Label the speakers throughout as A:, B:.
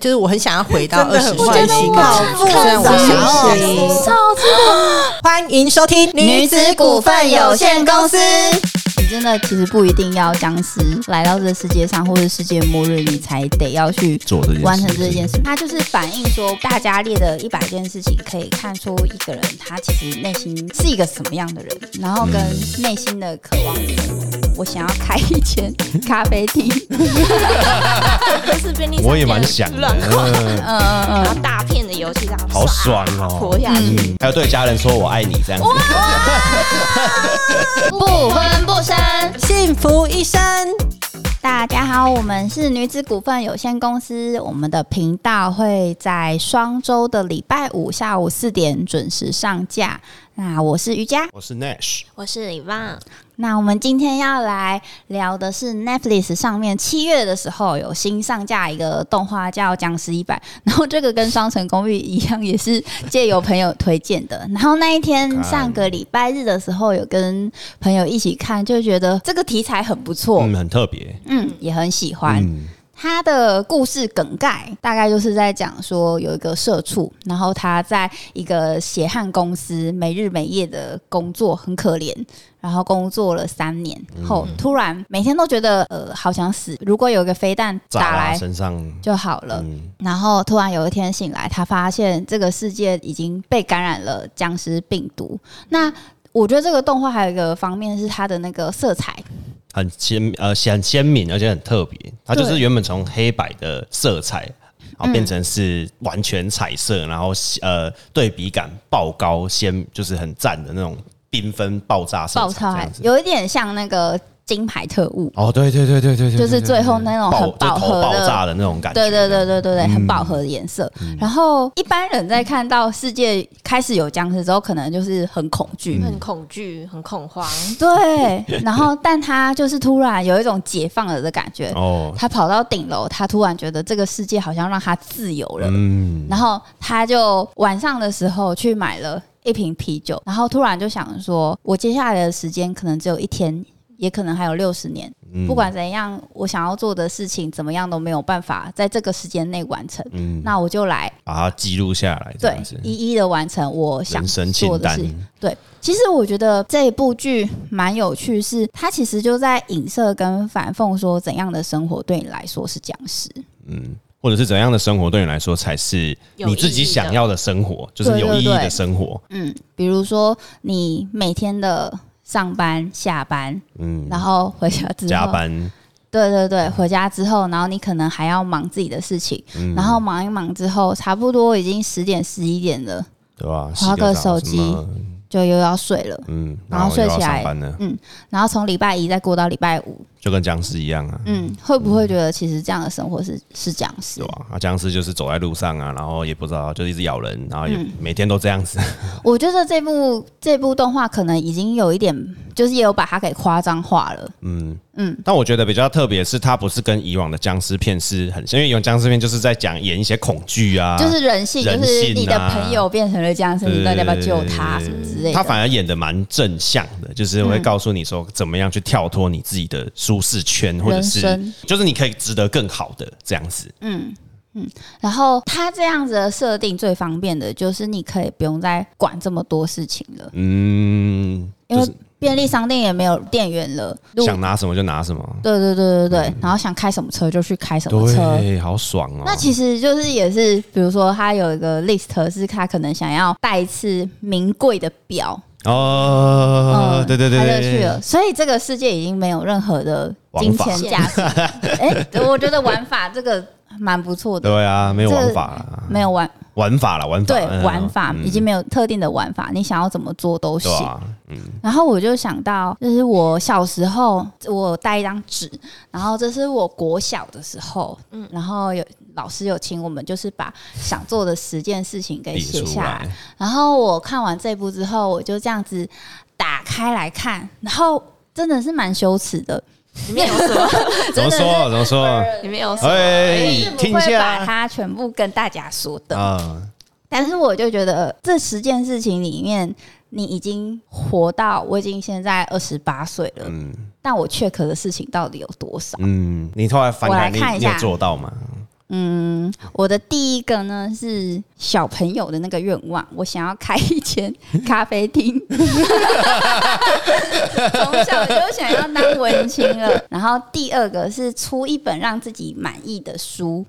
A: 就是我很想要回到
B: 真
A: 二
B: 的
A: 十
B: 很
A: 岁
B: 万
A: 新
B: 幸
A: 高
B: 好
A: 峰，虽然我
B: 看
A: 想
B: 到
A: 要学
B: 这个
A: 习。
C: 少知道。
A: 欢迎收听
C: 你真的其实不一定要僵尸来到这个世界上，或者世界末日，你才得要去
D: 做这件事
C: 完成这件事。它就是反映说，大家列的一百件事情，可以看出一个人他其实内心是一个什么样的人，然后跟内心的渴望是什么。我想要开一间咖啡厅，
E: 就是便利商店
D: 我也蛮想的，
E: 乱逛
D: 嗯
C: 嗯嗯
E: 然，
C: 嗯
E: 后大片的油漆这样
D: 好爽哦
E: 活！下去。
D: 还有对家人说我爱你这样子，
C: 不婚不生。
A: 幸福一生。
C: 大家好，我们是女子股份有限公司，我们的频道会在双周的礼拜五下午四点准时上架。那我是瑜伽，
D: 我是 Nash，
E: 我是李旺，
C: 那我们今天要来聊的是 Netflix 上面七月的时候有新上架一个动画叫《僵尸一百》， 然后这个跟《双城公寓》一样，也是借由朋友推荐的。然后那一天上个礼拜日的时候，有跟朋友一起看，就觉得这个题材很不错，
D: 嗯，很特别，
C: 嗯，也很喜欢。
D: 嗯，
C: 他的故事梗概大概就是在讲说，有一个社畜，然后他在一个血汗公司没日没夜的工作，很可怜。然后工作了三年后，
D: 嗯
C: 突然每天都觉得呃好想死，如果有一个飞弹打
D: 砸
C: 来
D: 身上，
C: 就好了。
D: 嗯，
C: 然后突然有一天醒来，他发现这个世界已经被感染了僵尸病毒。那我觉得这个动画还有一个方面是它的那个色彩，
D: 很鲜呃很鲜明，而且很特别。它就
C: 对嗯
D: 是原本从黑白的色彩，然后变成是完全彩色，然后呃对比感爆高，鲜就是很赞的那种缤纷爆炸色
C: 爆
D: 彩这
C: 炸
D: 样子。
C: 有一点像那个金牌特务。
D: 哦，对对对对对对，
C: 就是最后那种
D: 爆
C: 很
D: 就
C: 饱
D: 头
C: 和
D: 爆炸
C: 的。
D: 的那种感觉，嗯
C: 对对对对对对，很饱和的颜色。然后一般人在看到世界开始有僵尸之后，可能就是很恐惧。
D: 嗯
E: 很恐惧，很恐慌，
C: 对，然后但他就是突然有一种解放了的感觉。
D: 哦，
C: 他跑到顶楼，他突然觉得这个世界好像让他自由了。
D: 嗯，
C: 然后他就晚上的时候去买了一瓶啤酒，然后突然就想说，我接下来的时间可能只有一天，也可能还有六十年。
D: 嗯
C: 不管怎样，我想要做的事情怎么样都没有办法在这个时间内完成，
D: 嗯，
C: 那我就来
D: 把它记录下来，这
C: 对
D: 样子
C: 一一的完成我想
D: 人
C: 做
D: 生清
C: 的
D: 单
C: 事。情。对，其实我觉得这一部剧蛮有趣是，它其实就在影射跟反讽说，怎样的生活对你来说是僵尸。
D: 或者是怎样的生活对你来说才是
E: 有
D: 你自
E: 意
D: 己
E: 义的
D: 想要的生活，就是
C: 对
D: 有
C: 对
D: 意义
C: 对
D: 的生活。
C: 嗯，比如说你每天的上班、下班，
D: 嗯，
C: 然后回家之后
D: 加班，
C: 对对对，回家之后，然后你可能还要忙自己的事情，
D: 嗯
C: 然后忙一忙之后，差不多已经十点十一点了，
D: 对吧？
C: 划个手机
D: 洗澡什么
C: 就又要睡了。
D: 嗯，
C: 然
D: 然
C: 后
D: 后又
C: 睡
D: 要
C: 起来嗯
D: 上班了，
C: 然后从礼拜一再过到礼拜五，
D: 就跟僵尸一样啊，
C: 嗯，会不会觉得其实这样的生活是是僵尸
D: 对？吧？啊，僵尸就是走在路上啊，然后也不知道，就一直咬人，然后
C: 嗯
D: 也每天都这样子，
C: 我觉得这部这部动画可能已经有一点，就是也有把它给夸张化了。
D: 嗯
C: 嗯
D: 嗯，但我觉得比较特别是，它不是跟以往的僵尸片是很像，因为以往僵尸片就是在讲演一些恐惧啊，
C: 就是人性，
D: 人
C: 就是你的
D: 性啊
C: 朋友变成了僵尸，你到底要不要救他
D: 对
C: 什么之类的。
D: 他反而演的蛮正向的，就是
C: 嗯
D: 会告诉你说怎么样去跳脱你自己的舒适圈，或者
C: 生嗯
D: 是就是你可以值得更好的这样子。
C: 然后它这样子的设定最方便的就是你可以不用再管这么多事情了，
D: 嗯，
C: 因
D: 就
C: 为
D: 是
C: 便利商店也没有店员了。路
D: 想拿什么就拿什么，
C: 对对对对对，然后想开什么车就去开什么车。
D: 嗯对，好爽哦。
C: 那其实就是也是，比如说他有一个 list 是他可能想要带一次名贵的表，
D: 哦，对对对
C: 他就
D: 对，
C: 去了。所以这个世界已经没有任何的金
D: 玩法
C: 钱价值。 哎，我觉得玩法这个蛮不错的，
D: 对啊，没有
C: 这
D: 玩法啦，
C: 没有玩
D: 玩法啦，玩法，
C: 对
D: 嗯
C: 玩法
D: 嗯
C: 已经没有特定的玩法，你想要怎么做都行
D: 对。啊，
C: 然后我就想到，就是我小时候，我带一张纸，然后这是我国小的时候，嗯，然后有老师有请我们，就是把想做的十件事情给
D: 列
C: 写
D: 出
C: 下来。
D: 来，
C: 然后我看完这部之后，我就这样子打开来看，然后真的是蛮羞耻的，
E: 里面有什么？
D: 怎么说怎么说？
E: 里面有什么？
D: 哎，听
C: 不
D: 一
C: 会把
D: 下
C: 它全部跟大家说的。
D: 啊，
C: 但是我就觉得这十件事情里面，你已经活到我已经现在二十八岁了，
D: 嗯
C: 但我缺可的事情到底有多少？
D: 嗯，你后来翻
C: 我来
D: 看，你
C: 看一
D: 你有
C: 下
D: 做到吗？
C: 嗯，我的第一个呢是小朋友的那个愿望，我想要开一间咖啡 厅，从小就想要当文青了。然后第二个是出一本让自己满意的书，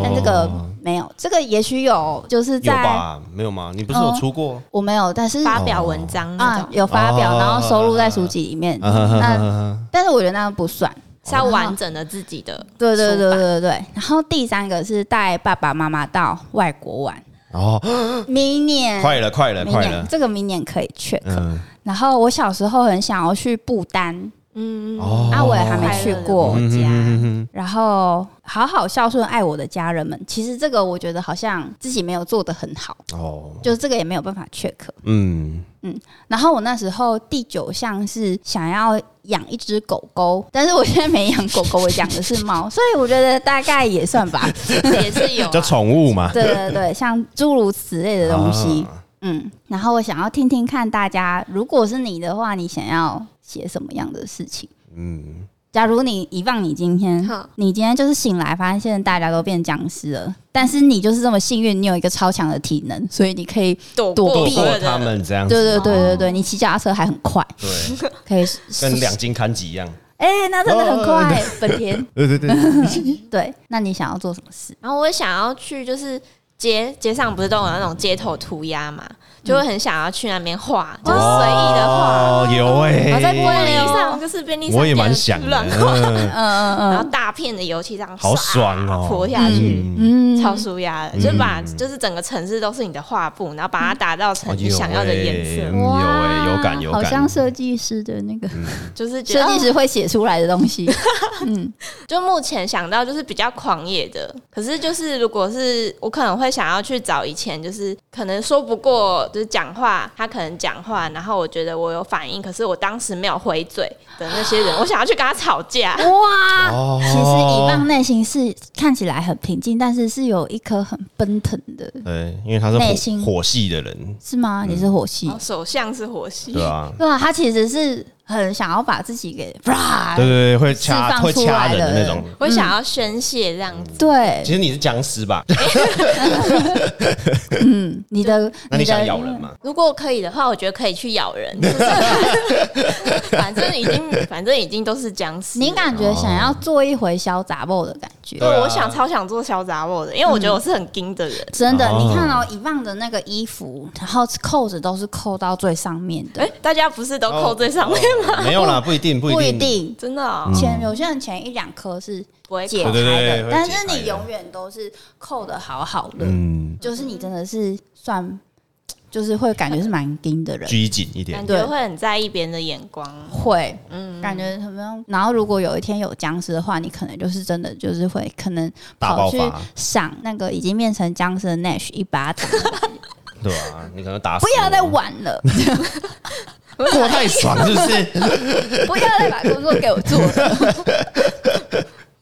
C: 嗯但这个没有，这个也许有，就是
D: 有
C: 在哦
D: 吧？没有吗？你不是有出过？
C: 我没有，但是
E: 发表文章那
C: 啊
E: 种，
C: 有发表，
D: 哦
C: 然后收录在书籍里面。
D: 啊哈哈哈
C: 那
D: 哈
C: 但是我觉得那不算，
E: 是要完整的自己的，
C: 对对对对对。然后第三个是带爸爸妈妈到外国玩，
D: 哦，
C: 明年
D: 快了，快了，
C: 明
D: 快
C: 年
D: 了。
C: 这个明年可以 check。
D: 嗯，
C: 然后我小时候很想要去不丹，
E: 嗯，
D: 哦
C: 啊，我也还没去过。
E: 快乐的国家，
D: 嗯
C: 然后好好孝顺爱我的家人们，其实这个我觉得好像自己没有做得很好，
D: 哦，
C: 就是这个也没有办法 check。
D: 嗯，
C: 然后我那时候第九项是想要养一只狗狗，但是我现在没养狗狗，我养的是猫，所以我觉得大概也算吧。
E: 也是有啊
D: 就宠物 嘛，
C: 对对对，像诸如此类的东西。
D: 啊
C: 嗯，然后我想要听听看大家，如果是你的话，你想要写什么样的事情？
D: 嗯，
C: 假如你遗忘你今天
E: 好，
C: 你今天就是醒来发现大家都变僵尸了，但是你就是这么幸运，你有一个超强的体能，所以你可以，
E: 躲
C: 躲
E: 过
D: 躲
C: 避
E: 所有
D: 过
E: 的
D: 他们这样
C: 对对
D: 子，
C: 对对对，你骑脚踏车还很快，
D: 对，
C: 可以
D: 跟两哦斤看几一样。
C: 哎、那真的很快、本田。
D: 对对对，
C: 对，那你想要做什么事？
E: 然后我想要去，就是街街上不是都有那种街头涂鸦嘛，就会很想要去那边画，就是随意的画。
D: 哦，有哎，
C: 好在玻
E: 便利
C: 璃
E: 上就是便利商店
D: 我也蛮想的，
E: 乱画，
D: 嗯
C: 嗯
E: 然后
C: 嗯
E: 大片的油漆这样
D: 好爽哦
E: 泼下去，
D: 嗯
C: 嗯
E: 超舒压的，就把
D: 嗯
E: 就是整个城市都是你的画
C: 嗯
E: 布，然后把它打造成你想要的颜
D: 哎
E: 色，
D: 哦嗯有欸有感有感
C: 好像设计师的那个
D: 欸
E: 就是觉得
C: 设
E: 哦
C: 计师会写出来的东西。
E: 就目前想到就是比较狂野的，可是就是如果是我可能会想要去找以前就是可能说不过就是讲话，他可能讲话，然后我觉得我有反应，可是我当时没有回嘴的那些人，我想要去跟他吵架。
C: 哇
D: 哦
C: 其实遗忘内心是看起来很平静，但是是有一颗很奔腾的，
D: 对，因为他
C: 内心
D: 是火火系的人，
C: 是吗？
D: 嗯
C: 你是火系
E: 然后，首相是火系，
D: 对啊，
C: 对啊，他其实是很想要把自己给啪，
D: 对对对，会
C: 释
D: 掐
C: 放
D: 会
C: 出
D: 掐
C: 来的
D: 人的那种。
E: 我想要宣泄这样
D: 嗯
E: 子。
C: 对
D: 其实你是僵尸吧？
C: 嗯你的
D: 那你想
C: 的
D: 咬人吗？
E: 如果可以的话，我觉得可以去咬 人。就是反正已经，反正已经都是僵尸了。
C: 你感觉想要做一回小杂货的感觉？
E: 对，
D: 对啊
E: 我想超想做小杂货的，因为我觉得我是很精的人。
C: 真的，
D: 哦
C: 你看哦，遗忘的那个衣服，然后扣子都是扣到最上面的，
E: 哎、大家不是都扣最上面吗？
D: 哦没有啦，不一定，不
C: 不一
D: 一定。
C: 定
E: 真的、哦
C: 前有些人前一两颗是
E: 不会
C: 解
E: 解
C: 开
D: 扣对对对
C: 的，
D: 会
C: 但
D: 解
C: 是
D: 开的
C: 你永远都是扣的好好的，
D: 嗯，
C: 就是你真的是算，就是会感觉是蛮硬的人，
D: 拘谨一点
E: 感。觉会很在意别人的眼光。
C: 会
E: 嗯，
C: 感觉什么样？然后如果有一天有僵尸的话，你可能就是真的就是会可能
D: 大
C: 跑
D: 爆
C: 去
D: 发
C: 赏那个已经变成僵尸的 Nash 一巴 掌，
D: 对啊，你可能打死
C: 不要
D: 我
C: 再玩 了，
D: 过太爽，是不是？
C: 不要再把工作给我做了。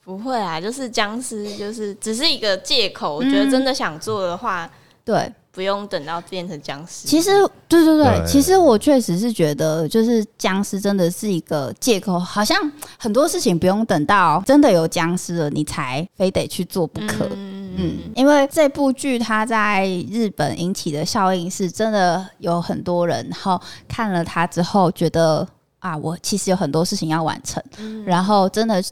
E: 不会啊，就是僵尸，就是只是一个借口。我觉得真的想做的话，
C: 对，
E: 不用等到变成僵尸。
C: 其实对对对，
D: 对
C: 其实我确实是觉得，就是僵尸真的是一个借口，好像很多事情不用等到哦真的有僵尸了，你才非得去做不可。嗯
E: 嗯，
C: 因为这部剧它在日本引起的效应是真的有很多人，然后看了它之后觉得啊，我其实有很多事情要完成，然后真的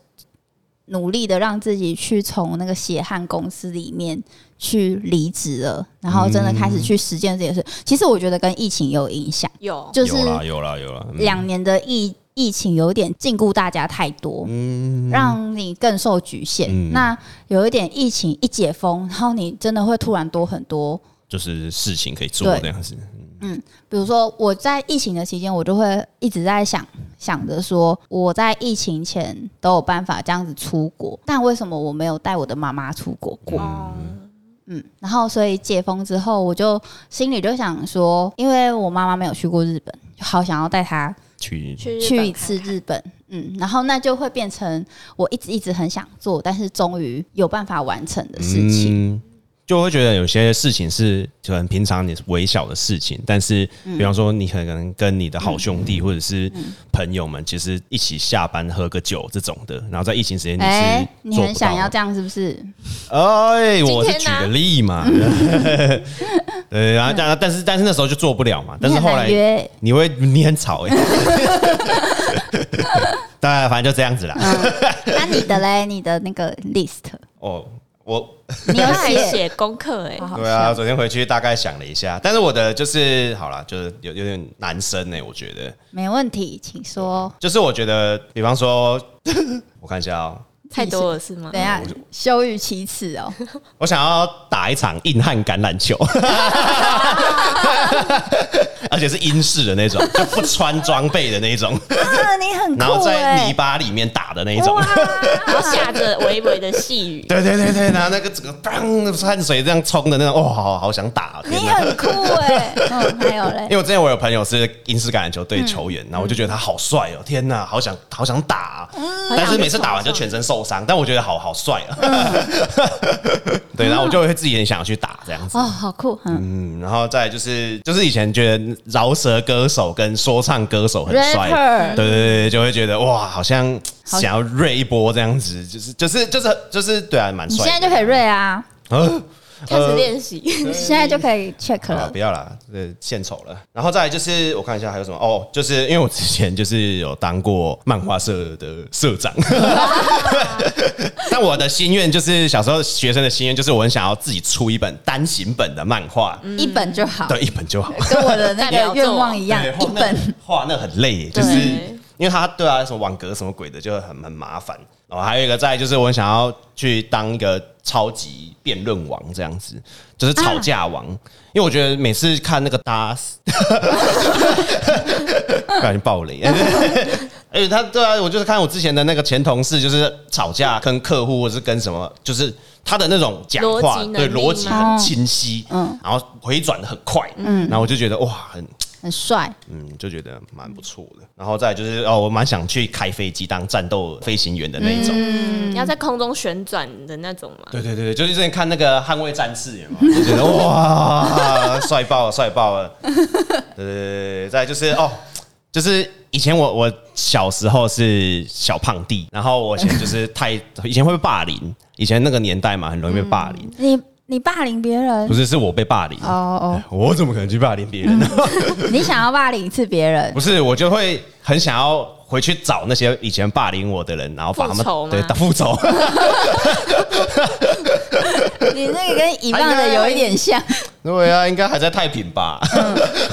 C: 努力的让自己去从那个血汗公司里面去离职了，然后真的开
D: 嗯
C: 始去实践这件事。其实我觉得跟疫情有影响，
E: 有
C: 就是
D: 有啦，有啦，有啦。嗯
C: 两年的疫疫情有点禁锢大家太多，
D: 嗯，
C: 让你更受局限。
D: 嗯
C: 那有一点疫情一解封，然后你真的会突然多很多。
D: 就是事情可以做
C: 对
D: 这样子。
C: 比如说我在疫情的期间，我就会一直在想想着说，我在疫情前都有办法这样子出国，但为什么我没有带我的妈妈出国过？
E: 哦，
C: 嗯，然后所以解封之后，我就心里就想说，因为我妈妈没有去过日本，就好想要带她
D: 去
E: 去日本
C: 去一次
E: 看看
C: 日本，嗯，然后那就会变成我一直一直很想做，但是终于有办法完成的事情。
D: 嗯就会觉得有些事情是可能平常你是微小的事情，但是
C: 嗯
D: 比方说你可能跟你的好兄弟或者是朋友们，其实一起下班喝个酒这种的，然后在疫情时嗯间你
C: 哎、
D: 是
C: 你
D: 做
C: 很
D: 不
C: 想
D: 到
C: 要
D: 的。
C: 这样是不是？
D: 哎，
E: 今
D: 我是
E: 天
D: 举
E: 呢
D: 个例 嘛，对，然后但但是但是那时候就做不了嘛，但是
C: 你很
D: 后
C: 难
D: 来
C: 约
D: 你会你很吵 哎，当然反正就这样子啦。
C: 嗯那你的嘞，你的那个 list，
D: 哦，我
C: 你有
E: 他还
C: 写？
E: 写功课哎、
C: 好好
D: 对啊，
C: 笑，
D: 昨天回去大概想了一下，但是我的就是好啦，就是有有点男生欸呢、我觉得，
C: 没问题，请说。
D: 就是我觉得，比方说， 我看一下哦、
E: 太多了是吗？
C: 等一
D: 嗯
C: 下，羞于启齿 哦。
D: 我想要打一场硬汉橄榄球， 而且是英式的 那种，就不穿装备的那种，
C: 啊，你很
D: 然后
C: 酷
D: 在泥
C: 哎！
D: 巴里面打的那种。
E: 然后下着微微的细雨，
D: 对对对对，然后那个整个当汗水这样冲的那种，哦，好好想打、哦，天
C: 你
D: 哪！
C: 很酷
D: 欸
C: 哎，嗯，还有嘞
D: 因，为我之前我有朋友是英式橄榄球队球员，然后我就觉得他好帅
C: 嗯
D: 哦，天哪，好想好想打啊、但是每次打完就全身受伤，但我觉得好好帅啊。
C: 嗯
D: 对，然后我就会自己很想要去打这样子。
C: 哦，好酷，嗯
D: 嗯，然后再来就是就是以前觉得饶舌歌手跟说唱歌手很 帅，
C: Rapper
D: 对对对，对就会觉得哇，好像想要锐一波这样子，就是就是就是就是对啊，蛮
C: 你
D: 帅的。嗯
C: 现在就可以瑞啊，
D: 呃
E: 开始练习。
C: 现在就可以 check
D: 啊，
C: 了
D: 不。要啦，这献丑了。然后再来就是，我看一下还有什么哦，就是因为我之前就是有当过漫画社的社长， 但我的心愿就是小时候学生的心愿就是我很想要自己出一本单行本的漫画，
E: 嗯
C: 一本就好，
D: 对，一本就好。
C: 跟我的那
E: 代表
C: 个
E: 作
C: 愿望 一样，
D: 对
C: 一本
D: 画那很累耶，就是
E: 对
D: 因为他对啊，什么网格什么鬼的，就很很麻烦。然后还有一个在就是我很想要去当一个超级辩论王这样子，就是吵架王，因为我觉得每次看那个搭， 不小心爆雷。 而且他对啊，我就是看我之前的那个前同事，就是吵架跟客户，或是跟什么，就是他的那种讲话
E: 逻辑能
D: 对
E: 力
D: 逻辑
C: 吗
D: 很清晰，嗯，然后回转的很快，嗯，然后我就觉得哇，很
C: 很帅。
D: 嗯，就觉得蛮不错的。然后再来就是哦，我蛮想去开飞机当战斗飞行员的那一种。
E: 嗯，要在空中旋转的那种嘛。
D: 对对对对，就是之前看那个《捍卫战士》有 没有，就觉得哇，帅爆了，帅爆了。对对对对，对再来就是哦，就是以前我我小时候是小胖弟，然后我以前就是太以前会被霸凌，以前那个年代嘛，很容易被霸凌。
C: 你你霸凌别人
D: 不？是，是我被霸凌。
C: 哦
D: 我怎么可能去霸凌别人呢？
C: 哦，你想要霸凌一次别人
D: 不？是，我就会很想要回去找那些以前霸凌我的人，然后把他
E: 复仇
D: 们
E: 吗
D: 对打复仇。
C: 你那个跟以往的有一点 像，
D: 对啊，应该还在太平吧？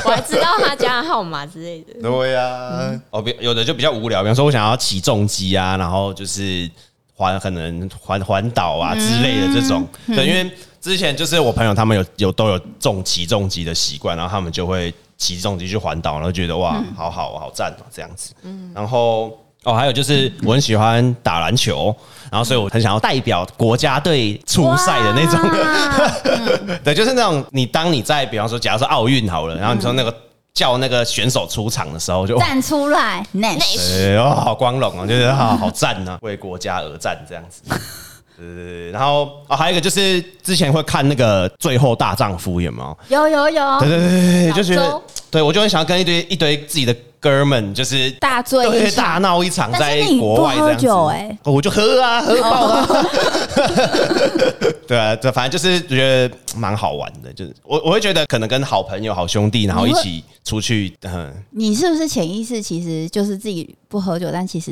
E: 我还知道他家的号码之类的。
D: 对啊，哦，比有的就比较无聊，比方说我想要起重机啊，然后就是环可能环环岛啊之类的这种，对，因为之前就是我朋友他们有有都有重起重机的习惯，然后他们就会起重机去环岛，然后觉得哇，好好好赞哦、这样子，然后。哦，还有就是我很喜欢打篮球，然后所以我很想要代表国家队出赛的那种， 对，就是那种你当你在比方说，假如说奥运好了，然后你说那个、叫那个选手出场的时候就，哇
C: 站出来，Nash，
D: 哎哦，好光荣哦，就是好好赞呐、为国家而战这样子。呃，然后哦，还有一个就是之前会看那个《最后大丈夫》，有没有？
C: 有有
D: 对
C: 有，
D: 对对对，
E: 老
D: 就觉得
E: 周
D: 对我就很想要跟一堆一堆自己的哥们，就是
C: 大醉一
D: 对
C: 场
D: 大闹一场，
C: 但
D: 在
C: 是你
D: 国
C: 不
D: 外这
C: 喝
D: 样子。
C: 酒哎
D: 哦我就喝啊，喝 爆啊。 对啊，这反正就是觉得蛮好玩的，就是我我会觉得可能跟好朋友、好兄弟，然后一起出去，嗯，
C: 你是不是潜意识其实就是自己不喝酒，但其实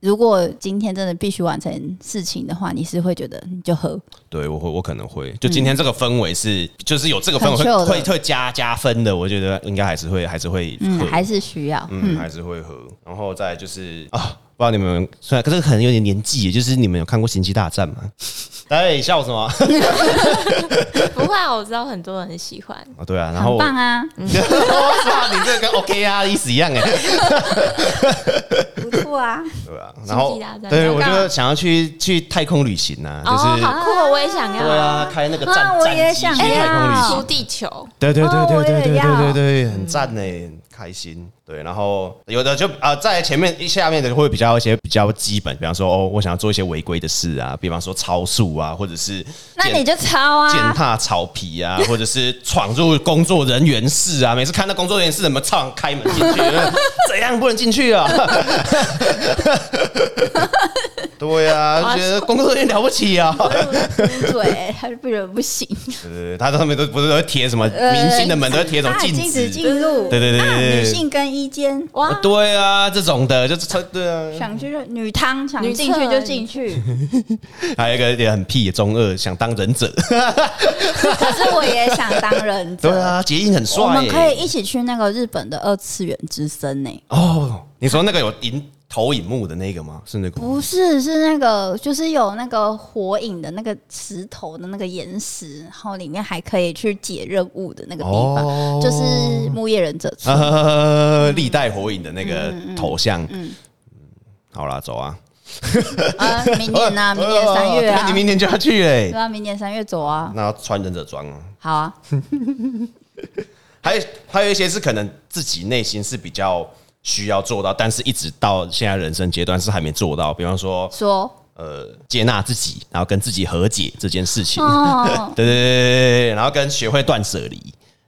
C: 如果今天真的必须完成事情的话，你是会觉得你就喝，
D: 对我会我可能会，就今天这个氛围是，就是有这个氛
C: 嗯很 chill
D: 围
C: 的
D: 会会会加加分的，我觉得应该还是会还是会
C: 嗯
D: 喝，，
C: 还是需要。
D: 嗯，还是会喝。然后再来就是啊，不知道你们有没有虽然可是可能有点年纪，就是你们有看过《星际大战》 吗？哎，笑什么？
E: 不会啊，我知道很多人很喜欢。
D: 啊，对啊，然
C: 很
D: 后我
C: 棒啊，
D: 我操，你这个跟 OK 啊意思一样哎，
C: 不错啊！
D: 对啊，然后
E: 星际大战
D: 对
E: 糟糕
D: 我就想要去去太空旅行啊，
E: 哦，
D: 就是
E: 好酷哦，我也想要。
D: 对啊，开那个
C: 啊
D: 战
C: 我
D: 战
C: 也
D: 机
C: 想
D: 去太空旅
C: 要
D: 行
E: 出，地球，
D: 对对
C: 哦
D: 对对
C: 我也
D: 对对对
C: 要嗯
D: 对对，很赞呢，开心。对，然后有的就啊、在前面下面的会比较一些比较基本，比方说哦，我想要做一些违规的事啊，比方说超速啊，或者是
C: 那
D: 践
C: 你就抄
D: 践
C: 啊，
D: 踏草皮啊， 或者是闯入工作人员室啊，每次看到工作人员室怎么唱开门进 去，怎样不能进去啊？对啊，觉得工作人员了不起 啊！
C: 对，他就不人不行，
D: 对对对，他上面都不是都会贴什么
C: 呃
D: 明星的门都会贴什么
C: 啊
D: 禁
C: 禁止
D: 止，
C: 进入，
D: 对对对对
C: 啊
D: 对
C: 女性更衣间。
E: 哇，
D: 对啊，这种的就是车对啊，
C: 想去就女汤，想
E: 女
C: 进去
E: 厕
C: 就进去。
D: 还有一个也很屁的中二，想当 忍者，
C: 可是我也想当忍 者。
D: 对啊，结印很
C: 我
D: 帅
C: 们可以
D: 耶。
C: 一起去那个日本的二次元之森呢、
D: 哦，你说那个有银投影幕的那个吗？是那个吗？
C: 不是，是那个就是有那个火影的那个石头的那个岩石，然后里面还可以去解任务的那个地方，
D: 哦
C: 就是木叶忍者 村。
D: 呃，历代火影的那个头像。嗯，好啦，走啊！
C: 啊，明年啊，明年三月
D: 哦
C: 啊
D: 你，明年就要去
C: 对
D: 嘞，
C: 啊，明年三月走啊，
D: 那要穿忍者装啊。
C: 好啊，
D: 还有还有一些是可能自己内心是比较需要做到，但是一直到现在人生阶段是还没做到。比方说，
C: 说
D: 呃，接纳自己，然后跟自己和解这件事 情，
C: 哦，
D: 对对对对对对，然后跟学会断舍离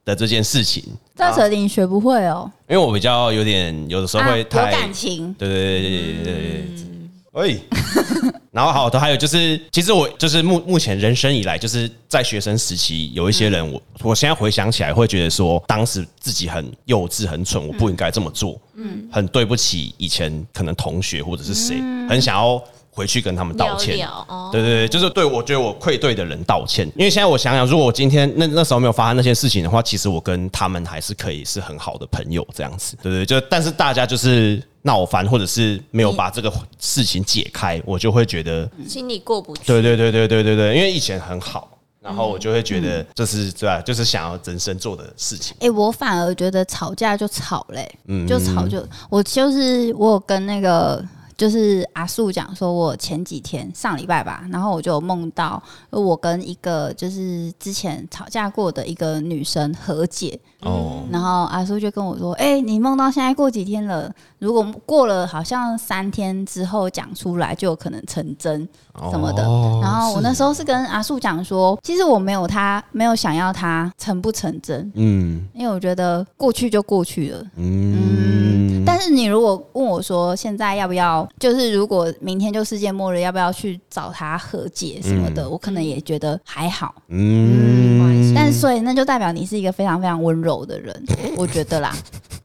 D: 的这件事情，
C: 断舍离学不会哦，
D: 因为我比较有点有的时候
C: 啊，
D: 会
C: 有
D: 太
C: 感情，
D: 对对对对对对对。哎， 然后好的，还有就是，其实我就是目目前人生以来，就是在学生时期，有一些人，我我现在回想起来，会觉得说，当时自己很幼稚、很蠢，我不应该这么做，嗯，很对不起以前可能同学或者是谁，很想要回去跟他们道歉，
E: 聊聊哦
D: 对对对，就是对我觉得我愧对的人道歉，因为现在我想想，如果我今天那那时候没有发生那些事情的话，其实我跟他们还是可以是很好的朋友这样子，对对对，就但是大家就是闹翻，或者是没
C: 嗯
D: 有把这个事情解开，我就会觉得，
E: 心里过不去。
D: 对对对对对对对，因为以前很好，然后我就会觉
C: 嗯
D: 得这是对吧，就是想要人生做的事情，嗯
C: 哎、我反而觉得吵架就吵嘞、就吵就我就是我有跟那个就是阿素讲说，我前几天上礼拜吧，然后我就有梦到我跟一个就是之前吵架过的一个女生和解，
D: 哦，
C: 然后阿叔就跟我说：“哎、你梦到现在过几天了？如果过了好像三天之后讲出来，就有可能成真什么的。
D: 哦
C: 然后我那时候是跟阿叔讲说，其实我没有他，没有想要他成不成真，
D: 嗯
C: 因为我觉得过去就过去了。
D: 嗯，
C: 但是你如果问我说现在要不要，就是如果明天就世界末日，要不要去找他和解什么的，我可能也觉得还好。
D: 嗯
C: 但所以那就代表你是一个非常非常温柔的人，我觉得啦。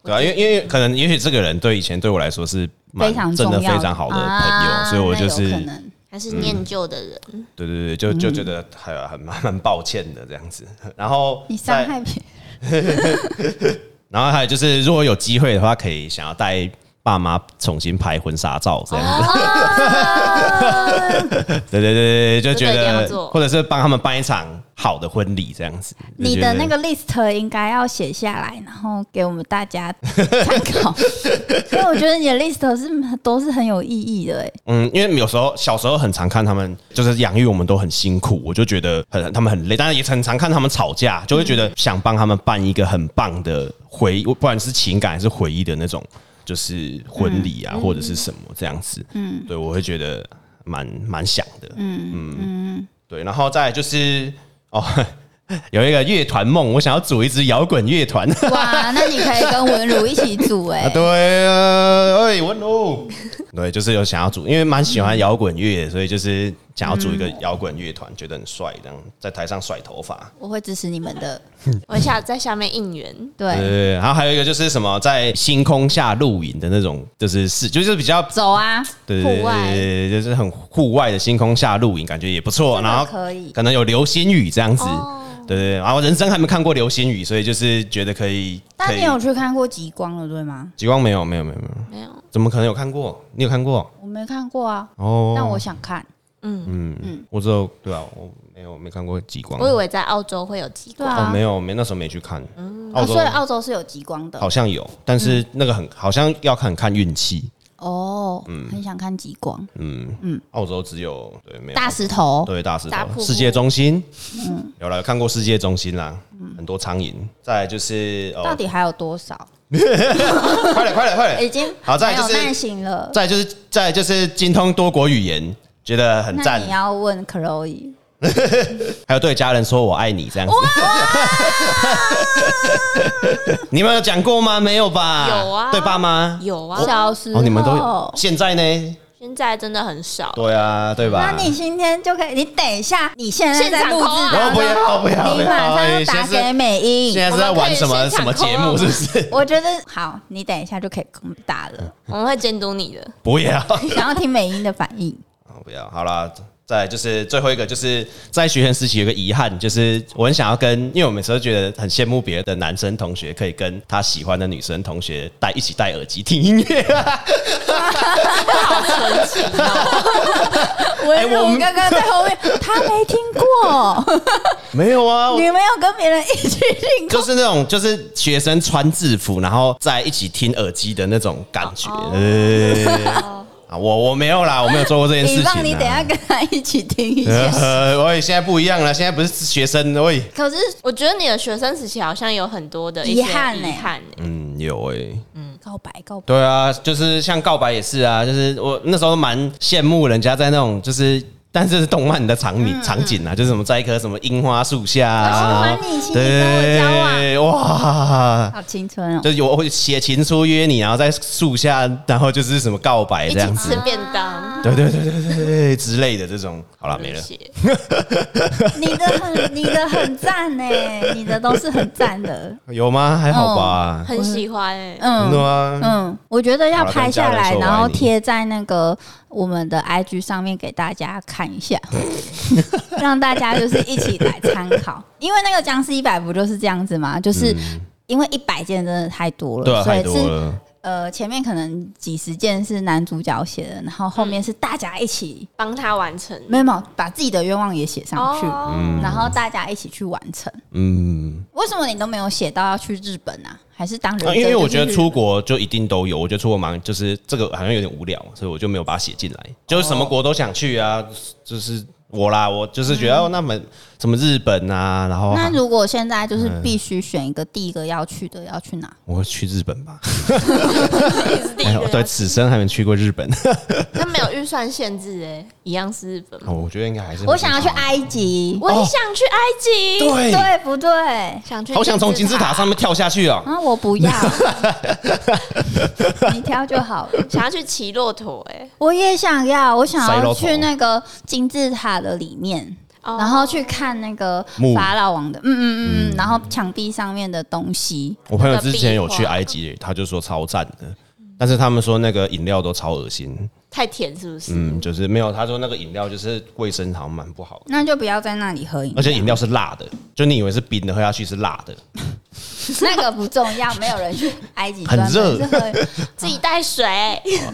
D: 对啊，因为因为可能也许这个人对以前对我来说是蛮
C: 非常
D: 真
C: 重
D: 的
C: 要
D: 非常好的朋友，
C: 啊
D: 所以我就
C: 那
D: 是
C: 有可能
E: 还
D: 嗯
E: 是念旧的 人，
D: 对对对，就就觉得还很蛮蛮抱歉的这样子。 然后
C: 你伤
D: 再，
C: 害别人，
D: 然后还有就是，如果有机会的话，可以想要带爸妈重新拍婚纱照这
E: 啊
D: 样子。
E: 哦
D: 对对对对，就
E: 这
D: 觉
E: 个一定要
D: 得
E: 做
D: 或者是帮他们办一场好的婚礼这样子。就
C: 你
D: 觉
C: 的
D: 得
C: 那个 list 应该要写下来，然后给我们大家参考， 因为我觉得你的 list 是都是很有意义 的、欸，
D: 嗯，因为有时候小时候很常看他们，就是养育我们都很辛苦，我就觉得很他们很累，但是也很常看他们吵架，就会觉得想帮他们办一个很棒的回忆，不管是情感还是回忆的那种，就是婚礼啊、或者是什么这样子。嗯，对，我会觉得蛮蛮想的。嗯嗯对，然后再来就是哦。 有一个乐团梦，我想要组一支摇滚乐团。
C: 哇，那你可以跟文如一起组、欸，
D: 啊，对啊，哎，温柔，对，就是有想要组，因为蛮喜
C: 嗯
D: 欢摇滚乐，所以就是想要组一个摇滚乐团，觉得很帅，这样在台上甩头发。
C: 我会支持你们的，
E: 我下在下面应援。
D: 对对
C: 对，
D: 对，然后还有一个就是什么在星空下露营的那种，就是是就是比较
C: 走啊，
D: 对对
C: 户外。
D: 对，就是很户外的星空下露营，感觉也不错。
C: 真的
D: 然后
C: 可以哦
D: 可能有流星雨这样子，
E: 哦
D: 对对对。然后人生还没看过流星雨，所以就是觉得可以。可
C: 但
D: 以
C: 你有去看过极光了，对吗？
D: 极光没有？没有没有没有，
E: 没有，
D: 怎么可能有看过？你有看过？
C: 我没看过啊，
D: 哦，
C: 但我想看。
D: 嗯我只有对啊，我没有没看过极光，
E: 嗯我以为在澳洲会有极
C: 对
E: 光，
D: 哦
C: 啊，
D: 没有没那时候没去看，澳
C: 哦
D: 洲
C: 所以澳洲是有极光的
D: 好像有，但是那个很好像要看看运气，
C: 哦，
D: 嗯
C: 很想看极光。
D: 澳洲只有对没有
C: 大嗯石头，
D: 对大石
E: 大瀑
D: 头
E: 布
D: 世界中心，有了有看过世界中心啦，很多苍蝇，再来就是
C: 嗯到
D: 哦
C: 底还有多少？
D: 快 点，快点，快
C: 已
D: 点！
C: 经
D: 好再
C: 很
D: 来就
C: 有
D: 是
C: 耐心了。
D: 再就是再就是精通多国语言，觉得很
C: 那
D: 赞
C: 你。要问 Chloe，
D: 还有对家人说我爱你这样子。 你们有讲过吗？没有吧？
E: 有啊
D: 对爸妈。
E: 有啊，
C: 小时候、
D: 哦，你们都有。现在呢？
E: 现在真的很少。
D: 对啊，对吧？
C: 那你今天就可以，你等一下，你现在
E: 现场
C: 在录制
E: call
C: 当
E: 啊
C: 中
D: 我哦不要不要哎
C: 你
D: 不要
C: 马上要
D: 现
C: 打
D: 在
C: 给美英
D: 现。在是在玩什
E: 我
D: 么
E: 们可以
D: 什么节目？是不 是？
C: 我觉得好，你等一下就可以公打
D: 嗯
C: 了。
E: 我们会监督你的。
D: 不要，
C: 想要听美英的反应，
D: 不要。好啦，再来就是最后一个，就是在学生时期有个遗憾，就是我很想要跟，因为我每次都觉得很羡慕别的男生同学可以跟他喜欢的女生同学戴一起戴耳机听音乐、
C: 文
D: 哎我
C: 如
D: 们哦
C: 刚刚在后面， 他没听过，
D: 没有啊，我
C: 你没有跟别人一起听过。
D: 就是那种就是学生穿制服，然后在一起听耳机的那种感觉。呃啊，我我没有啦，我没有做过这件事
C: 你
D: 情啊啦。
C: 让你等一下跟他一起听一下。
D: 呃，喂，现在不一样了，现在不是学生，喂，
E: 可是我觉得你的学生时期好像有很多的一些
C: 遗憾欸呢
E: 遗憾欸呢
D: 嗯，有哎、
C: 告白告白，
D: 对啊，就是像告白也是啊，就是我那时候蛮羡慕人家在那种就是。但是是动漫的场景、场景啊，就是什么在一棵什么樱花树下啊，
C: 嗯哦我喜欢你请你跟我交往
D: 对，哇，
C: 好青春哦！
D: 就是有会写情书约你，然后在树下，然后就是什么告白
E: 一
D: 这样
E: 起
D: 子
E: 吃，便当。
D: 对对对对对对之类的这种。好了，没了
E: 这。些
C: 你的很，你的很赞呢，你的都是很赞的。
D: 有吗？还好吧。
E: 很喜欢哎、
D: 很
C: 嗯
D: 多啊。
C: 嗯，我觉得要拍下
D: 好了跟家人啊
C: 来，
D: 说我爱你
C: 然后贴在那个我们的 IG 上面给大家看一下， 让大家就是一起来参考。因为那个僵尸一百不就是这样子吗？就是因为一百件真的太多了，
D: 嗯对啊，
C: 所
D: 太
C: 以
D: 多
C: 是
D: 了。
C: 呃前面可能几十件是男主角写的，然后后面是大家一起
E: 帮他完成。
C: 没有没有把自己的愿望也写上去，
E: 哦，
C: 然后大家一起去完成。
D: 嗯，
C: 为什么你都没有写到要去日本啊？还是当人、
D: 啊因为我觉得出，国就一定都有，我觉得出国蛮就是这个好像有点无聊，所以我就没有把它写进来。就是什
C: 哦
D: 么国都想去啊，就是我啦，我就是觉得哦，那么什么日本啊，然后
C: 嗯那如果现在就是
D: 嗯
C: 必须选一个第一个要去的，要去哪？
D: 我去日本 吧。
E: 你是第一
D: 哎呦
E: 个
D: 对，
E: 要，
D: 此生还没去过日本，
E: 那没有预算限制哎、一样是日本吗。
D: 哦我觉得应该还是
C: 我想要去
D: 爱。
C: 埃及，
E: 我也想去埃及，
D: 哦对，
C: 对不对？
E: 想去
D: 好想从金字塔上面跳下去哦。
C: 啊，我不要， 你挑就好了。
E: 想要去骑骆驼哎、
C: 我也想要，我想
D: 塞
C: 要
D: 骆驼
C: 去那个金字塔的里面，
E: 哦
C: 然后去看那个
D: 墓
C: 法老王的，嗯嗯嗯嗯，然后墙壁上面的东西。
D: 我朋友之前有去埃及，他就说超赞的，
C: 嗯
D: 但是他们说那个饮料都超恶心，
E: 太甜是不是？
D: 嗯，就是没有。他说那个饮料就是卫生好像蛮不好的，
C: 那就不要在那里喝饮料
D: 而且饮料是辣的，就你以为是冰的，喝下去是辣的，
C: 那个不重要，没有人去埃及
D: 很
C: 专门
D: 热
C: 是喝。
E: 自己带水，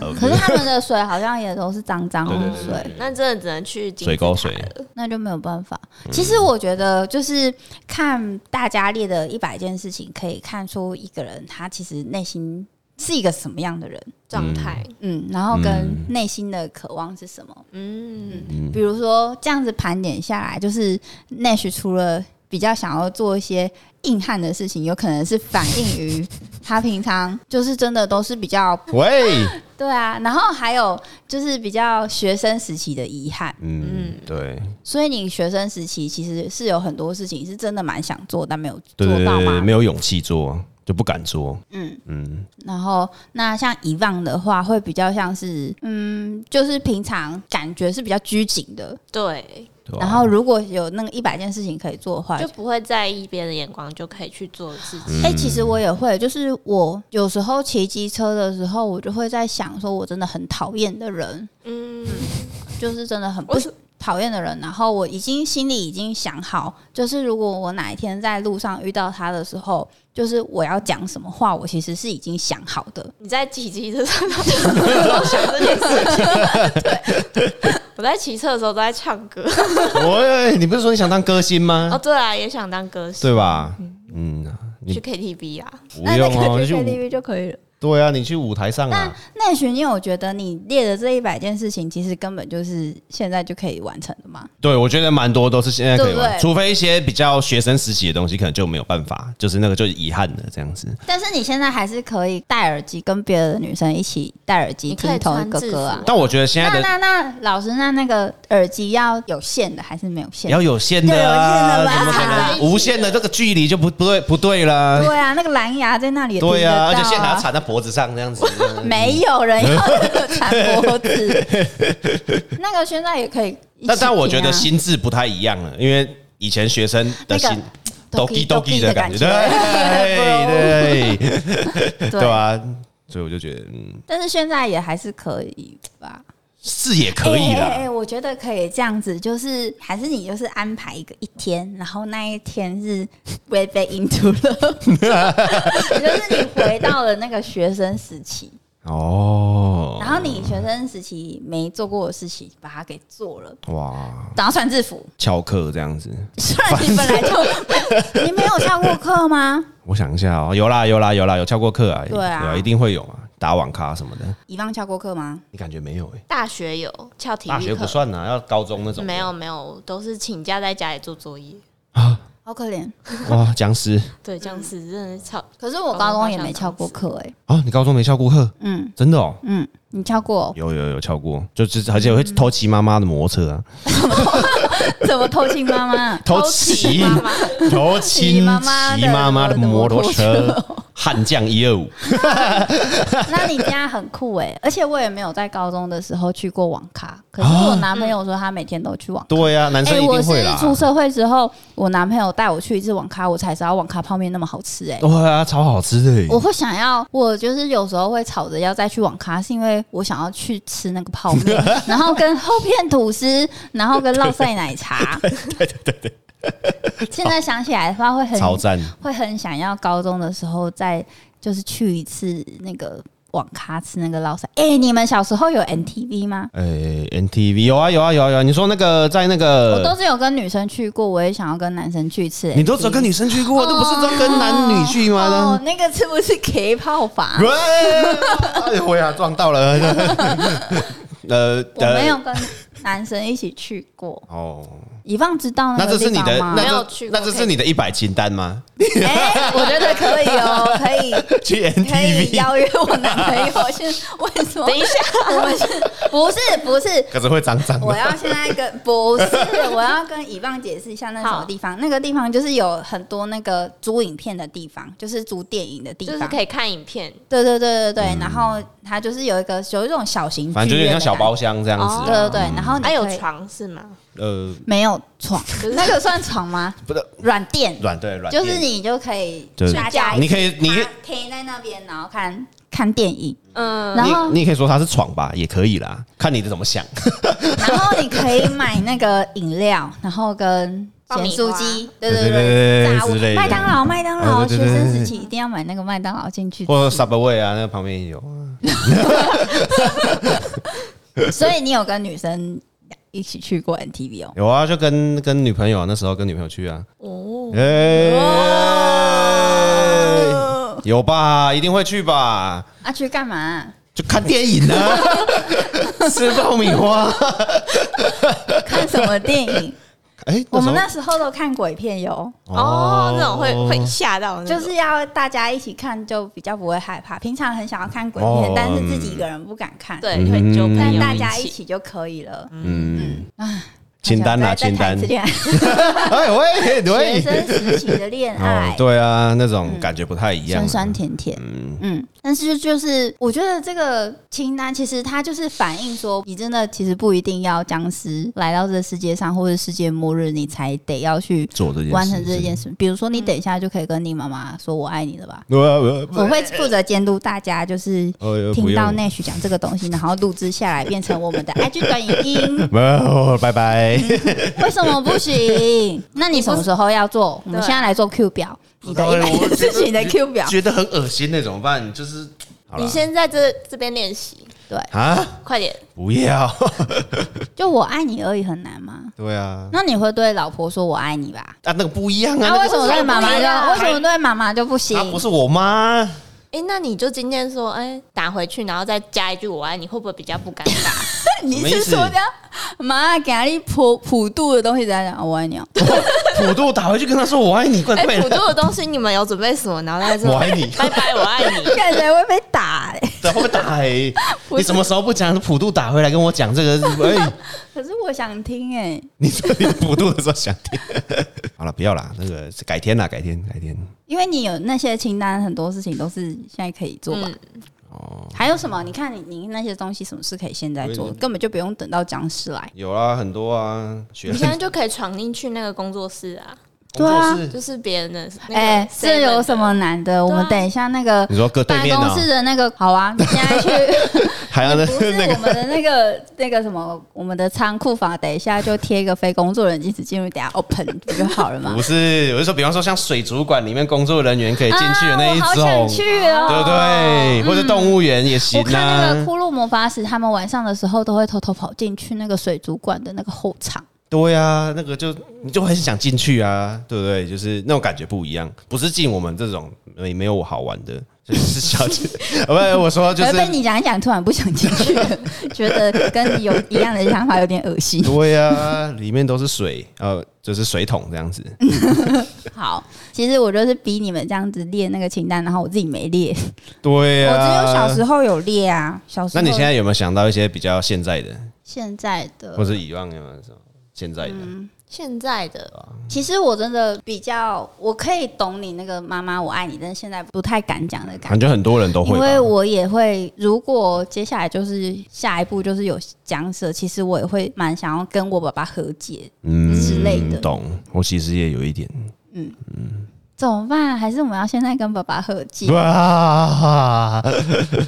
C: 嗯可是他们的水好像也都是脏脏
D: 对对
C: 的
D: 对对
C: 水，
E: 那真的只能去金字塔
D: 水沟水。
C: 那就没有办法。其实我觉得，就是看大家列的一百件事情，可以看出一个人他其实内心是一个什么样的人，
E: 状态。
C: 嗯，然后跟内心的渴望是什么。
E: 嗯，
C: 比如说这样子盘点下来，就是 Nash 除了比较想要做一些硬汉的事情，有可能是反映于他平常就是真的都是比较
D: 喂，
C: 对啊，然后还有就是比较学生时期的遗憾，
D: 嗯，对，
C: 所以你学生时期其实是有很多事情是真的蛮想做，但没有
D: 对
C: 做
D: 对
C: 到
D: 对对，
C: 嘛。
D: 没有勇气做，就不敢做，
C: 嗯，
D: 嗯，
C: 然后那像遗忘的话，会比较像是嗯，就是平常感觉是比较拘谨的。
E: 对，
D: 对吧
C: 啊
D: 啊
C: 然后如果有那个一百件事情可以做的话，
E: 就不会在意别人的眼光，就可以去做自己。
D: 嗯
C: 哎、其实我也会，就是我有时候骑机车的时候，我就会在想，说我真的很讨厌的人，
E: 嗯，
C: 就是真的很不
E: 我是
C: 讨厌的人。然后我已经心里已经想好，就是如果我哪一天在路上遇到他的时候，就是我要讲什么话，我其实是已经想好的。
E: 你在骑机车的时 候都想这件事情。对，我在骑车的时候都在唱歌。
D: 喂，你不是说你想当歌星
E: 哦，
D: 吗？
E: 对啊，也想当歌手，
D: 对吧？嗯，你
E: 去 KTV 啊。
D: 不用哦，
C: 那去
D: 你去 舞
C: KTV 就可以了。
D: 对啊，你去舞台上
C: 但
D: 啊，
C: 内巡，因为我觉得你列的这一百件事情，其实根本就是现在就可以完成的嘛。
D: 对我觉得蛮多都是现在可以
C: 对不
D: 玩，
C: 对
D: 除非一些比较学生时期的东西，可能就没有办法，就是那个就遗憾了这样子。
C: 但是你现在还是可以戴耳机跟别的女生一起戴耳机
E: 你可以
C: 听同一个
E: 穿制
C: 歌啊
E: 服。
D: 但我觉得现在
C: 那
D: 的
C: 那那老师，那那个耳机要有线的还是没有线的？
D: 要有限的
C: 要有限
D: 啊，
C: 的吧
D: 怎么可能无限的这个距离就不不对不对了？
C: 对啊，那个蓝牙在那里也听得
D: 对啊，而
C: 到
D: 且线还要缠在脖子上这样 子。
C: 没有人要这个缠脖子。 那个现在也可以一起听啊，
D: 但但我觉得心智不太一样了，因为以前学生的心
C: 那个
D: doki
C: doki
D: doki 的感觉，
C: 的
D: 对对
C: 对
D: 对 啊，所以我就觉得嗯
C: 但是现在也还是可以吧。
D: 是也可
C: 哎
D: 以
C: 哎
D: 啦。
C: 哎我觉得可以这样子，就是还是你就是安排一个一天，然后那一天是 way back into love，就是 你回到了那个学生时期，
D: 哦
C: 然，后你学生时期没做过的事情，把它给做了，
D: 哇，
C: 然后穿制 服。
D: 翘课这样子，
C: 虽然你本来就你没有下过课吗？
D: 我想一下哦，有啦有啦有啦，有翘过课啊，
C: 对啊
D: 一定会有嘛，打网咖什么的，
C: 遗忘翘过课吗？
D: 你感觉没有哎？
E: 大学有翘体
D: 大
E: 育
D: 学不
E: 课，
D: 算啊呐，要高中那种
E: 没有没有，都是请假在家里做作业。
C: 好可怜。
D: 哇，僵尸
E: 对，这样子真的是翘。
C: 可是我高中也没翘过课哎、
D: 啊！你高中没翘过课？
C: 嗯
D: 真的哦，
C: 嗯，你翘过？
D: 有有有翘过，就就是而且我会偷骑妈妈的摩托车啊，
C: 怎么偷亲妈 妈？
D: 偷
E: 骑
D: 骑
E: 妈妈
D: 偷
C: 骑妈妈的
D: 骑妈妈的摩托车， 悍将一二五，
C: 那你家很酷哎、而且我也没有在高中的时候去过网咖，可是我男朋友说他每天都去网咖。
D: 对呀、男
C: 哎、
D: 生一
C: 我
D: 定
C: 是
D: 会啦，
C: 出社会之后，我男朋友带我去一次网咖，我才知道网咖泡面那么好吃哎、
D: 对啊，超好吃的
C: 我，会想要，我就是有时候会吵着要再去网咖，是因为我想要去吃那个泡面， 然后跟厚片吐司，然后跟烙晒奶茶。对对对对。现在想起来的话，会很
D: 超赞，
C: 会很想要高中的时候再就是去一次那个网咖吃那个烙塞。哎、你们小时候有 NTV 吗？
D: 哎、n t v 有啊有啊有啊有啊，你说那个在那
C: 我都
D: 个，
C: 是有跟女生去过，我也想要跟男生去一次 NTV。
D: 你都只有跟女生去过，都不是都跟男女去吗？
C: 哦，那个是不是 K 泡房？
D: 喂，哎呦喂啊，撞到了， 呃，
C: 我没有跟男生一起去过，
D: 哦，
C: 以放知道那
D: 那这
C: 个地
D: 是你
C: 方
D: 的，
C: 吗？
E: 没
D: 那
E: 有
D: 这
E: 去过
D: 那这是你的一百清单吗？
C: 哎、 我觉得可以哦，可以。
D: 去
C: 可以
D: NTV，
C: 邀约我男朋友，先为什 么？
E: 等一下，
C: 我们是不是不是
D: 可是会脏脏
C: 我
D: 的。
C: 要现在 跟不是，我要跟以望解释一下那是什么
E: 好
C: 地方。那个地方就是有很多那个租影片的地方，就是租电影的地
E: 就
C: 方。
E: 是可以看影片，
C: 对对对对对，然后它就是有一个有一种小型，
D: 嗯反正就有点像小。包厢这样子、
E: 哦
D: 啊
C: 对对对，然后你
E: 还有
C: 可以
E: 床是吗？
D: 呃，
C: 没有床
E: 可？是
C: 那个算床吗？
D: 不是
C: 软垫，
D: 软对软垫，
C: 就是你就可以
D: 就是
C: 大家一
D: 你
C: 起
D: 可以你可以
C: 趴贴在那边，然后看看电影，
E: 嗯，
C: 然
D: 你
C: 后
D: 你也可以说它是床吧，也可以啦，看你的怎 么想。
C: 然后你可以买那个饮料，然后跟咸酥 鸡，对对
D: 对对对
C: 炸物
D: 之类的
C: 麦当劳，麦当劳，
D: 哦对
C: 学
D: 对对
C: 生时期一定要买那个麦当劳进去
D: 或
C: 吃。
D: Subway 啊，那个旁边也有。
C: 所以你有跟女生一起去过 NTV 哦？
D: 有啊，就跟跟女朋友啊那时候跟女朋友去啊。
E: 哦，
D: 哎、
C: 哦
D: 有吧，一定会去吧，
C: 啊，去干嘛、
D: 就看电影 啊，吃爆米花。
C: 看什么电 影？
D: 哎、
C: 我们那
D: 时
C: 时候都看鬼片哟，
D: 候
E: 哦，那种会会吓到那种，
C: 就是要大家一起看，就比较不会害怕。平常很想要看鬼片，
D: 哦
C: 但是自己一个人不敢看，，
E: 对，会就
C: 但
E: 朋友
C: 大家一
E: 一起。
C: 起就可以了。
D: 嗯，清单
C: 啦、
D: 啊，清单。
C: 学
D: 哎喂 喂，
C: 生时期的恋爱。
D: 哦，对啊，那种感觉不太一样啊
C: 酸。酸甜甜，嗯但是就就是我觉得这个清单其实它就是反映说，你真的其实不一定要僵尸来到这个世界上，或者世界末日，你才得要去
D: 做这件事
C: 完成这件事。比如说，你等一下就可以跟你妈妈说“我爱你”了吧？
D: 我我哎
C: 我会负责监督大家，就是
D: 我
C: 听到 Nash 讲这个东西，然后录制下来变成我们 的 IG 短影音，
D: 没有，拜拜。
C: 嗯 为什么不行？那你什么时候要做？
D: 啊
C: 我们
E: 对
C: 现在来做 Q 表，你的一 百件事情的 Q 表，
D: 觉得很恶心那怎么办？就是好
E: 你
D: 了
E: 先在这这边练习，
C: 对，
D: 啊，
E: 快点，
D: 不要。
C: 就我爱你而已，很难吗？
D: 对啊，
C: 那你会对老婆说我爱你吧？
D: 啊那个不一样啊，
C: 那、
D: 那
C: 为
D: 个
C: 什么对妈妈
D: 啊
E: 不一
C: 就
E: 样
C: 为什么对妈妈就不行
D: 她？不是我妈，
E: 哎、那你就今天说，哎、打回去，然后再加一句我爱你，会不会比较不 尴尬？
C: 你
D: 什么意
C: 是
D: 思
C: 说这样？妈，给你普普渡的东西在讲，我爱你哦。
D: 普渡打回去跟他说我爱你，怪
E: 哎、
D: 怪
E: 普
D: 的。
E: 渡的东西你们有准备什么？然后再说
D: 我爱你
E: 拜拜，我爱 你。
C: 感觉会被打、欸。
D: 对，会不会打欸？
C: 不是
D: 你什么时候不讲普渡打回来跟我讲这个？ 哎，
C: 可是我想听哎、
D: 你说你普渡的时候想听？ 好了，不要啦，那个改天啦，改天，改天。
C: 因为你有那些清单，很多事情都是现在可以做
D: 嗯
E: 嗯
C: 吧？哦，还有什么？你看你你那些东西，什么事可以现在做，
D: 嗯
C: 根本就不用等到僵尸来。
D: 有啊，很多啊，学
E: 你现在就可以闯进去那个工作室啊，
D: 工作室
E: 就是别人的。那个
C: 哎、这
E: 7-Eleven
C: 有什么难的？我们等一下那个
D: 你说各对
C: 办
D: 面
C: 公
D: 啊，
C: 室的那个，好啊，你现在去。
D: 还 有那
C: 不是
D: 那
C: 我
D: 个
C: 们的那个 那个什么，我们的仓库房，等一下就贴一的非工作人员禁止进入，等一下 open 不就好了 吗？
D: 不是，我是说，比方说像水族馆里面工作人员可以进去的那
C: 啊我
D: 一
C: 好
D: 种
C: 想，去哦，
D: 对不对？或者动物园也行
C: 我看那个
D: 啊，
C: 骷髅魔法使，他们晚上的时候都会偷偷跑进去那个水族馆的那个后场。
D: 对啊，那个就你就很想进去啊，对不对？就是那种感觉不一样，不是进我们这种没没有我好玩的，就是小姐， 不是我说就
C: 可
D: 是
C: 是被你讲一讲，突然不想进去了， 觉得跟你有一样的想法，有点恶 心。
D: 对啊，里面都是水，呃，就是水桶这样子。
C: 好，其实我就是逼你们这样子列那个清单，然后我自己没列，
D: 对
C: 我
D: 啊，
C: 只有小时候有列啊。小时
D: 那
C: 候，
D: 你现在有没有想到一些比较现在的，
C: 现在的
D: 或是以往有没有什么现在的？
C: 嗯
E: 现在的
C: 其实我真的比较，我可以懂你那个“妈妈我爱你”，但是现在不太敢讲的感
D: 感
C: 觉，
D: 觉很多人都会
C: 因
D: 吧，
C: 为我也会，如果接下来就是下一步就是有讲者，其实我也会蛮想要跟我爸爸和解，
D: 嗯
C: 之类的
D: 懂，我其实也有一点。
C: 怎么办？还是我们要现在跟爸爸和 解？
D: 哇，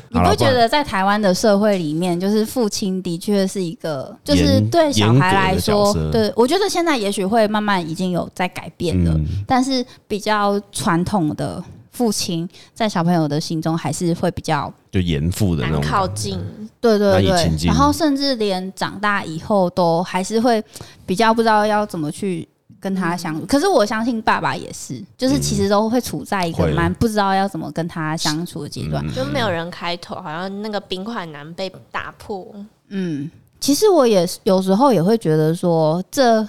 C: 你
D: 好
C: 不
D: 啦
C: 觉？得在台湾的社会里面，就是父亲的确是一个，就是
D: 严
C: 对小孩来
D: 严
C: 说
D: 格的角色，
C: 对我觉得现在也许会慢慢已经有在改变了，
D: 嗯
C: 但是比较传统的父亲在小朋友的心中还是会比较。
D: 就严父的那
E: 难
D: 种感觉，嗯
E: 靠近，
C: 对对
D: 难以亲
C: 对，
D: 近
C: 然后甚至连长大以后都还是会比较不知道要怎么去跟他相
D: 嗯
C: 处。可是我相信爸爸也是，就是其实都会处在一个
D: 会的
C: 蛮不知道要怎么跟他相处的阶段。
E: 就没有人开头，好像那个冰块很难被打破。
C: 嗯，其实我也是有时候也会觉得说，这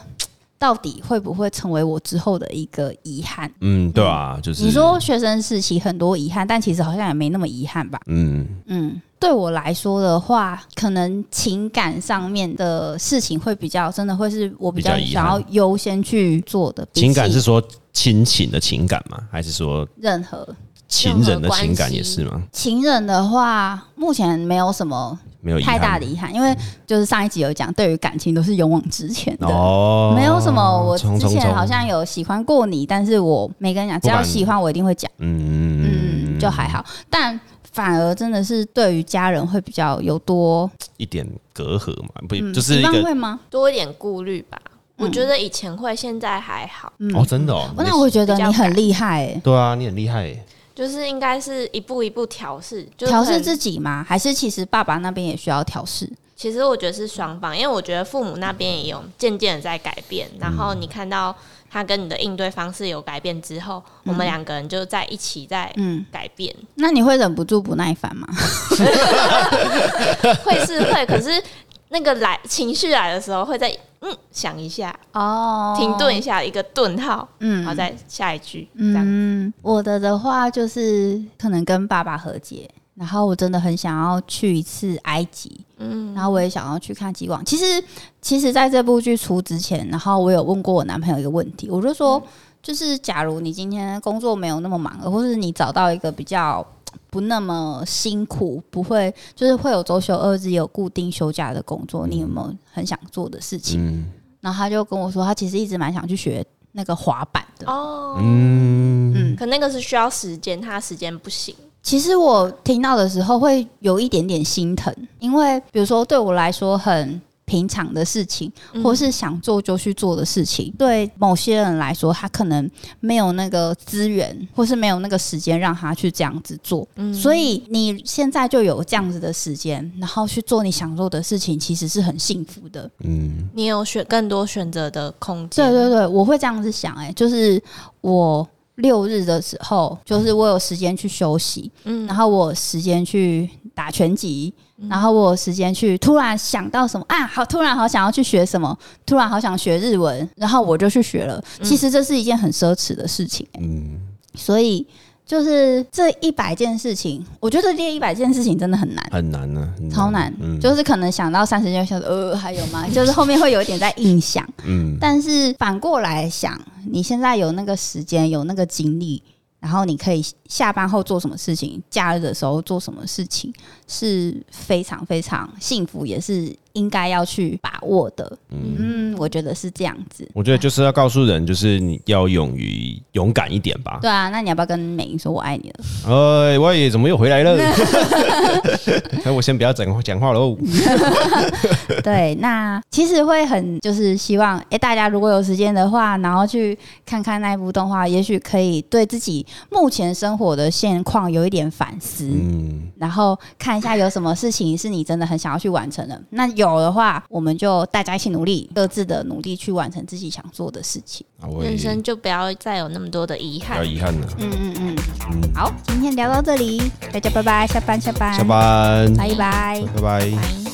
C: 到底会不会成为我之后的一个遗憾？
D: 嗯，对啊，就是
C: 你说学生时期很多遗憾，但其实好像也没那么遗憾吧？
D: 嗯，
C: 嗯，对我来说的话，可能情感上面的事情会比较，真的会是我比较
D: 比较遗
C: 想
D: 憾
C: 要优先去做的。比起
D: 情感是说亲情的情感吗？还是说
C: 任何
D: 情人的情
E: 任何关
D: 感
E: 系
D: 也是吗？
C: 情人的话，目前没有什么
D: 没有遗
C: 太
D: 憾
C: 大的遗憾，因为就是上一集有讲，对于感情都是勇往直前的。
D: 哦，
C: 没有什么，我
D: 冲
C: 之
D: 冲
C: 前
D: 冲
C: 好像有喜欢过你，但是我没跟你讲，只要
D: 不管
C: 喜欢我一定会讲，
D: 嗯
C: 嗯，就还好。但反而真的是对于家人会比较有多，
D: 一点隔阂嘛，不
C: 嗯，
D: 就是
C: 你
D: 一
C: 爸
D: 个
C: 会吗？
E: 多一点顾虑吧。我觉得以前会，现在还好，
C: 嗯
D: 哦，真的哦，
C: 那我觉得
E: 比较
C: 你很
E: 敢
C: 厉害、欸，
D: 对啊，你很厉害耶，
E: 就是应该是一步一步调试，就是
C: 调
E: 可
C: 试
E: 能
C: 自己吗？还是其实爸爸那边也需要调试？
E: 其实我觉得是双方，因为我觉得父母那边也有渐渐的在改变，
C: 嗯
E: 然后你看到他跟你的应对方式有改变之后，我们两个人就在一起在
C: 嗯，
E: 改变，
C: 那你会忍不住不耐烦吗？
E: 会是会，可是那个来情绪来的时候，会在嗯想一下，
C: 哦
E: 停顿一，下，一个顿号， 然后
C: 嗯。
E: 再下一句，这样。
C: 嗯，我的的话就是可能跟爸爸和解，然后我真的很想要去一次埃及，
E: 嗯，
C: 然后我也想要去看极光。其实，其实在这部剧出之前，然后我有问过我男朋友一个问题，我就说，就是假如你今天工作没有那么忙了，或是你找到一个比较不那么辛苦，不会就是会有周休二日、有固定休假的工作，你有没有很想做的事情？
D: 嗯
C: 然后他就跟我说，他其实一直蛮想去学那个滑板的。
E: 哦，
D: 嗯，
C: 嗯，
E: 可那个是需要时间，他时间不行。
C: 其实我听到的时候会有一点点心疼，因为比如说对我来说很平常的事情，
E: 嗯
C: 或是想做就去做的事情，对某些人来说，他可能没有那个资源，或是没有那个时间让他去这样子做。所以你现在就有这样子的时间，然后去做你想做的事情，其实是很幸福的。
D: 嗯，
E: 你有选更多选择的空间。
C: 对对对，我会这样子想、欸，哎，就是我六日的时候，就是我有时间去休息，
E: 嗯
C: 然后我有时间去打拳击，然后我有时间去突然想到什么啊，好，突然好想要去学什么，突然好想学日文，然后我就去学了。其实这是一件很奢侈的事情、欸
D: 嗯，
C: 所以就是这一百件事情，我觉得列一百件事情真的很难。
D: 很难呢、很
C: 超难，
D: 嗯
C: 就是可能想到三十件，想说呃还有吗？就是后面会有一点在印象，
D: 嗯，
C: 但是反过来想，你现在有那个时间，有那个精力，然后你可以下班后做什么事情，假日的时候做什么事情，是非常非常幸福，也是应该要去把握的。嗯，我觉得是这样子。
D: 我觉得就是要告诉人，就是你要勇于勇敢一点吧。
C: 对啊，那你要不要跟美英说我爱你了？
D: 哎，喂，怎么又回来了？那我先不要讲讲话喽。
C: 对，那其实会很就是希望，哎、大家如果有时间的话，然后去看看那一部动画，也许可以对自己目前生活的现况有一点反思。
D: 嗯，
C: 然后看一下有什么事情是你真的很想要去完成的。那有的话，我们就大家一起努力，各自的努力去完成自己想做的事情。
D: 啊我也
E: 人生就不要再有那么多的遗
D: 比
E: 憾
D: 较。遗憾啊了。
C: 嗯嗯嗯，好，今天聊到这里，大家拜拜，下班下班，
D: 下班，
C: 拜拜。
D: 拜拜。
E: 拜